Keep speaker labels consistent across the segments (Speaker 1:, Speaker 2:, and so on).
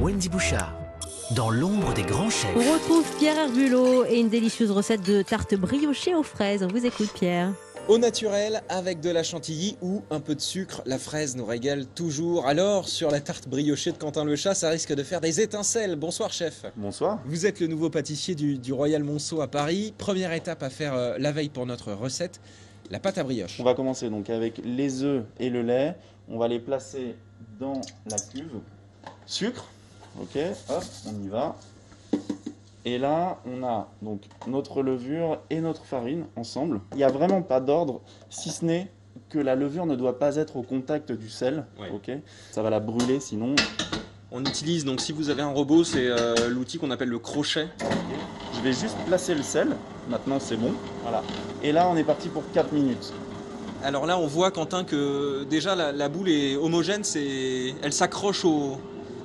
Speaker 1: Wendy Bouchard. Dans l'ombre des grands chefs.
Speaker 2: On retrouve Pierre Arbulot et une délicieuse recette de tarte briochée aux fraises. On vous écoute, Pierre.
Speaker 3: Au naturel, avec de la chantilly ou un peu de sucre, la fraise nous régale toujours. Alors, sur la tarte briochée de Quentin le chat, ça risque de faire des étincelles. Bonsoir, chef.
Speaker 4: Bonsoir.
Speaker 3: Vous êtes le nouveau pâtissier du, du Royal Monceau à Paris. Première étape à faire euh, la veille pour notre recette, la pâte à brioche.
Speaker 4: On va commencer donc avec les œufs et le lait. On va les placer dans la cuve. Sucre. Ok, hop, on y va. Et là, on a donc notre levure et notre farine ensemble. Il n'y a vraiment pas d'ordre, si ce n'est que la levure ne doit pas être au contact du sel.
Speaker 3: Ouais.
Speaker 4: Ok, ça va la brûler sinon.
Speaker 3: On utilise donc, si vous avez un robot, c'est euh, l'outil qu'on appelle le crochet.
Speaker 4: Je vais juste placer le sel. Maintenant, c'est bon. Voilà. Et là, on est parti pour 4 minutes.
Speaker 3: Alors là, on voit, Quentin, que déjà la, la boule est homogène, c'est... elle s'accroche au,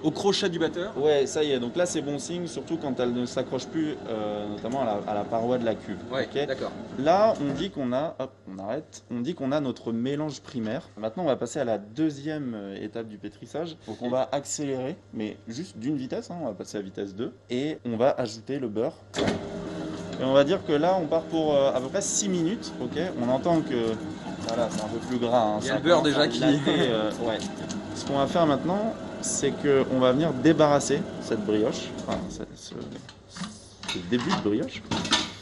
Speaker 3: au crochet du batteur.
Speaker 4: Ouais, ça y est. Donc là, c'est bon signe, surtout quand elle ne s'accroche plus, euh, notamment à la, à la paroi de la cuve.
Speaker 3: Ouais,
Speaker 4: Ok.
Speaker 3: d'accord.
Speaker 4: Là, on dit qu'on a, hop, on arrête, on dit qu'on a notre mélange primaire. Maintenant, on va passer à la deuxième euh, étape du pétrissage. Donc, on va accélérer, mais juste d'une vitesse, hein, on va passer à vitesse 2. Et on va ajouter le beurre. Et on va dire que là, on part pour euh, à peu près 6 minutes, ok On entend que, voilà, c'est un peu plus gras. hein,
Speaker 3: Il y a
Speaker 4: ça
Speaker 3: le beurre
Speaker 4: commence
Speaker 3: déjà
Speaker 4: à
Speaker 3: qui-
Speaker 4: dilater, euh, ouais. Ce qu'on va faire maintenant, c'est qu'on va venir débarrasser cette brioche, enfin, ce- ce- ce début de brioche.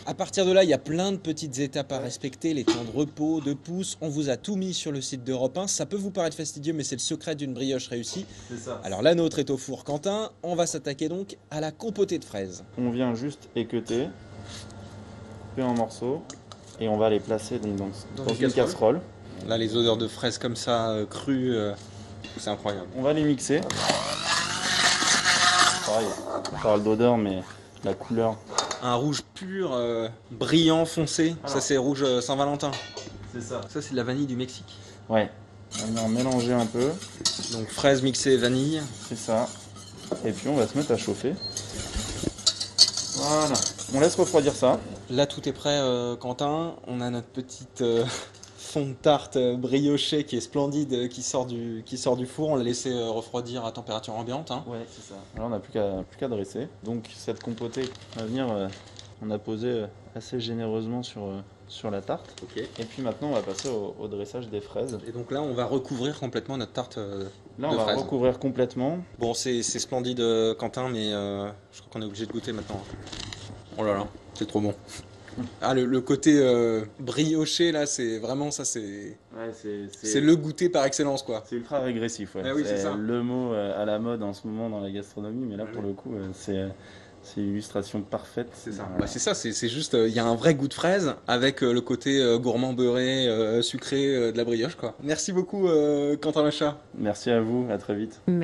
Speaker 3: À partir de là, il y a plein de petites étapes à respecter, les temps de repos, de pouce. On vous a tout mis sur le site d'Europe 1. Ça peut vous paraître fastidieux, mais c'est le secret d'une brioche réussie.
Speaker 4: C'est ça.
Speaker 3: Alors la nôtre est au four, Quentin. On va s'attaquer donc à la compotée de fraises.
Speaker 4: On vient juste équeuter, couper en morceaux, et on va les placer donc dans,
Speaker 3: Dans
Speaker 4: dans
Speaker 3: une
Speaker 4: une casserole.
Speaker 3: Là, les odeurs de fraises comme ça, euh, crues, euh, c'est incroyable.
Speaker 4: On va les mixer. Pareil, on parle d'odeur, mais la couleur.
Speaker 3: Un rouge pur, euh, brillant, foncé. Ça, c'est rouge euh, Saint-Valentin.
Speaker 4: C'est ça.
Speaker 3: Ça, c'est de la vanille du Mexique.
Speaker 4: Ouais. On va venir mélanger un peu,
Speaker 3: Donc fraises mixées et vanille.
Speaker 4: c'est ça. Et puis on va se mettre à chauffer. Voilà. On laisse refroidir ça.
Speaker 3: Là, tout est prêt, euh, Quentin. On a notre petite euh, fond de tarte euh, briochée qui est splendide, euh, qui sort du, qui sort du four. On l'a laissé euh, refroidir à température ambiante. hein.
Speaker 4: Ouais, c'est ça. Là, on n'a plus qu'à plus qu'à dresser. Donc cette compotée, on va venir, euh, on a posé euh, assez généreusement sur, euh, sur la tarte. Et puis maintenant, on va passer au, au dressage des fraises.
Speaker 3: Et donc là, on va recouvrir complètement notre tarte. euh.
Speaker 4: Là,
Speaker 3: De
Speaker 4: on va
Speaker 3: fraises.
Speaker 4: recouvrir complètement.
Speaker 3: Bon, c'est c'est splendide, euh, Quentin, mais euh, je crois qu'on est obligé de goûter maintenant. Oh là là, c'est trop bon. Ah, le, le côté euh, brioché, là, c'est vraiment ça, c'est
Speaker 4: Ouais,
Speaker 3: c'est le goûter par excellence, quoi.
Speaker 4: c'est ultra régressif. ouais.
Speaker 3: Ah oui, c'est ça.
Speaker 4: le mot euh, à la mode en ce moment dans la gastronomie, mais là,
Speaker 3: Ah
Speaker 4: pour
Speaker 3: oui.
Speaker 4: le coup, euh, c'est euh, c'est l'illustration parfaite. C'est ça.
Speaker 3: Bah, c'est ça, c'est c'est juste, euh, il y a un vrai goût de fraise avec euh, le côté euh, gourmand beurré, euh, sucré euh, de la brioche, quoi. Merci beaucoup, euh, Quentin Machat.
Speaker 4: Merci à vous, à très vite.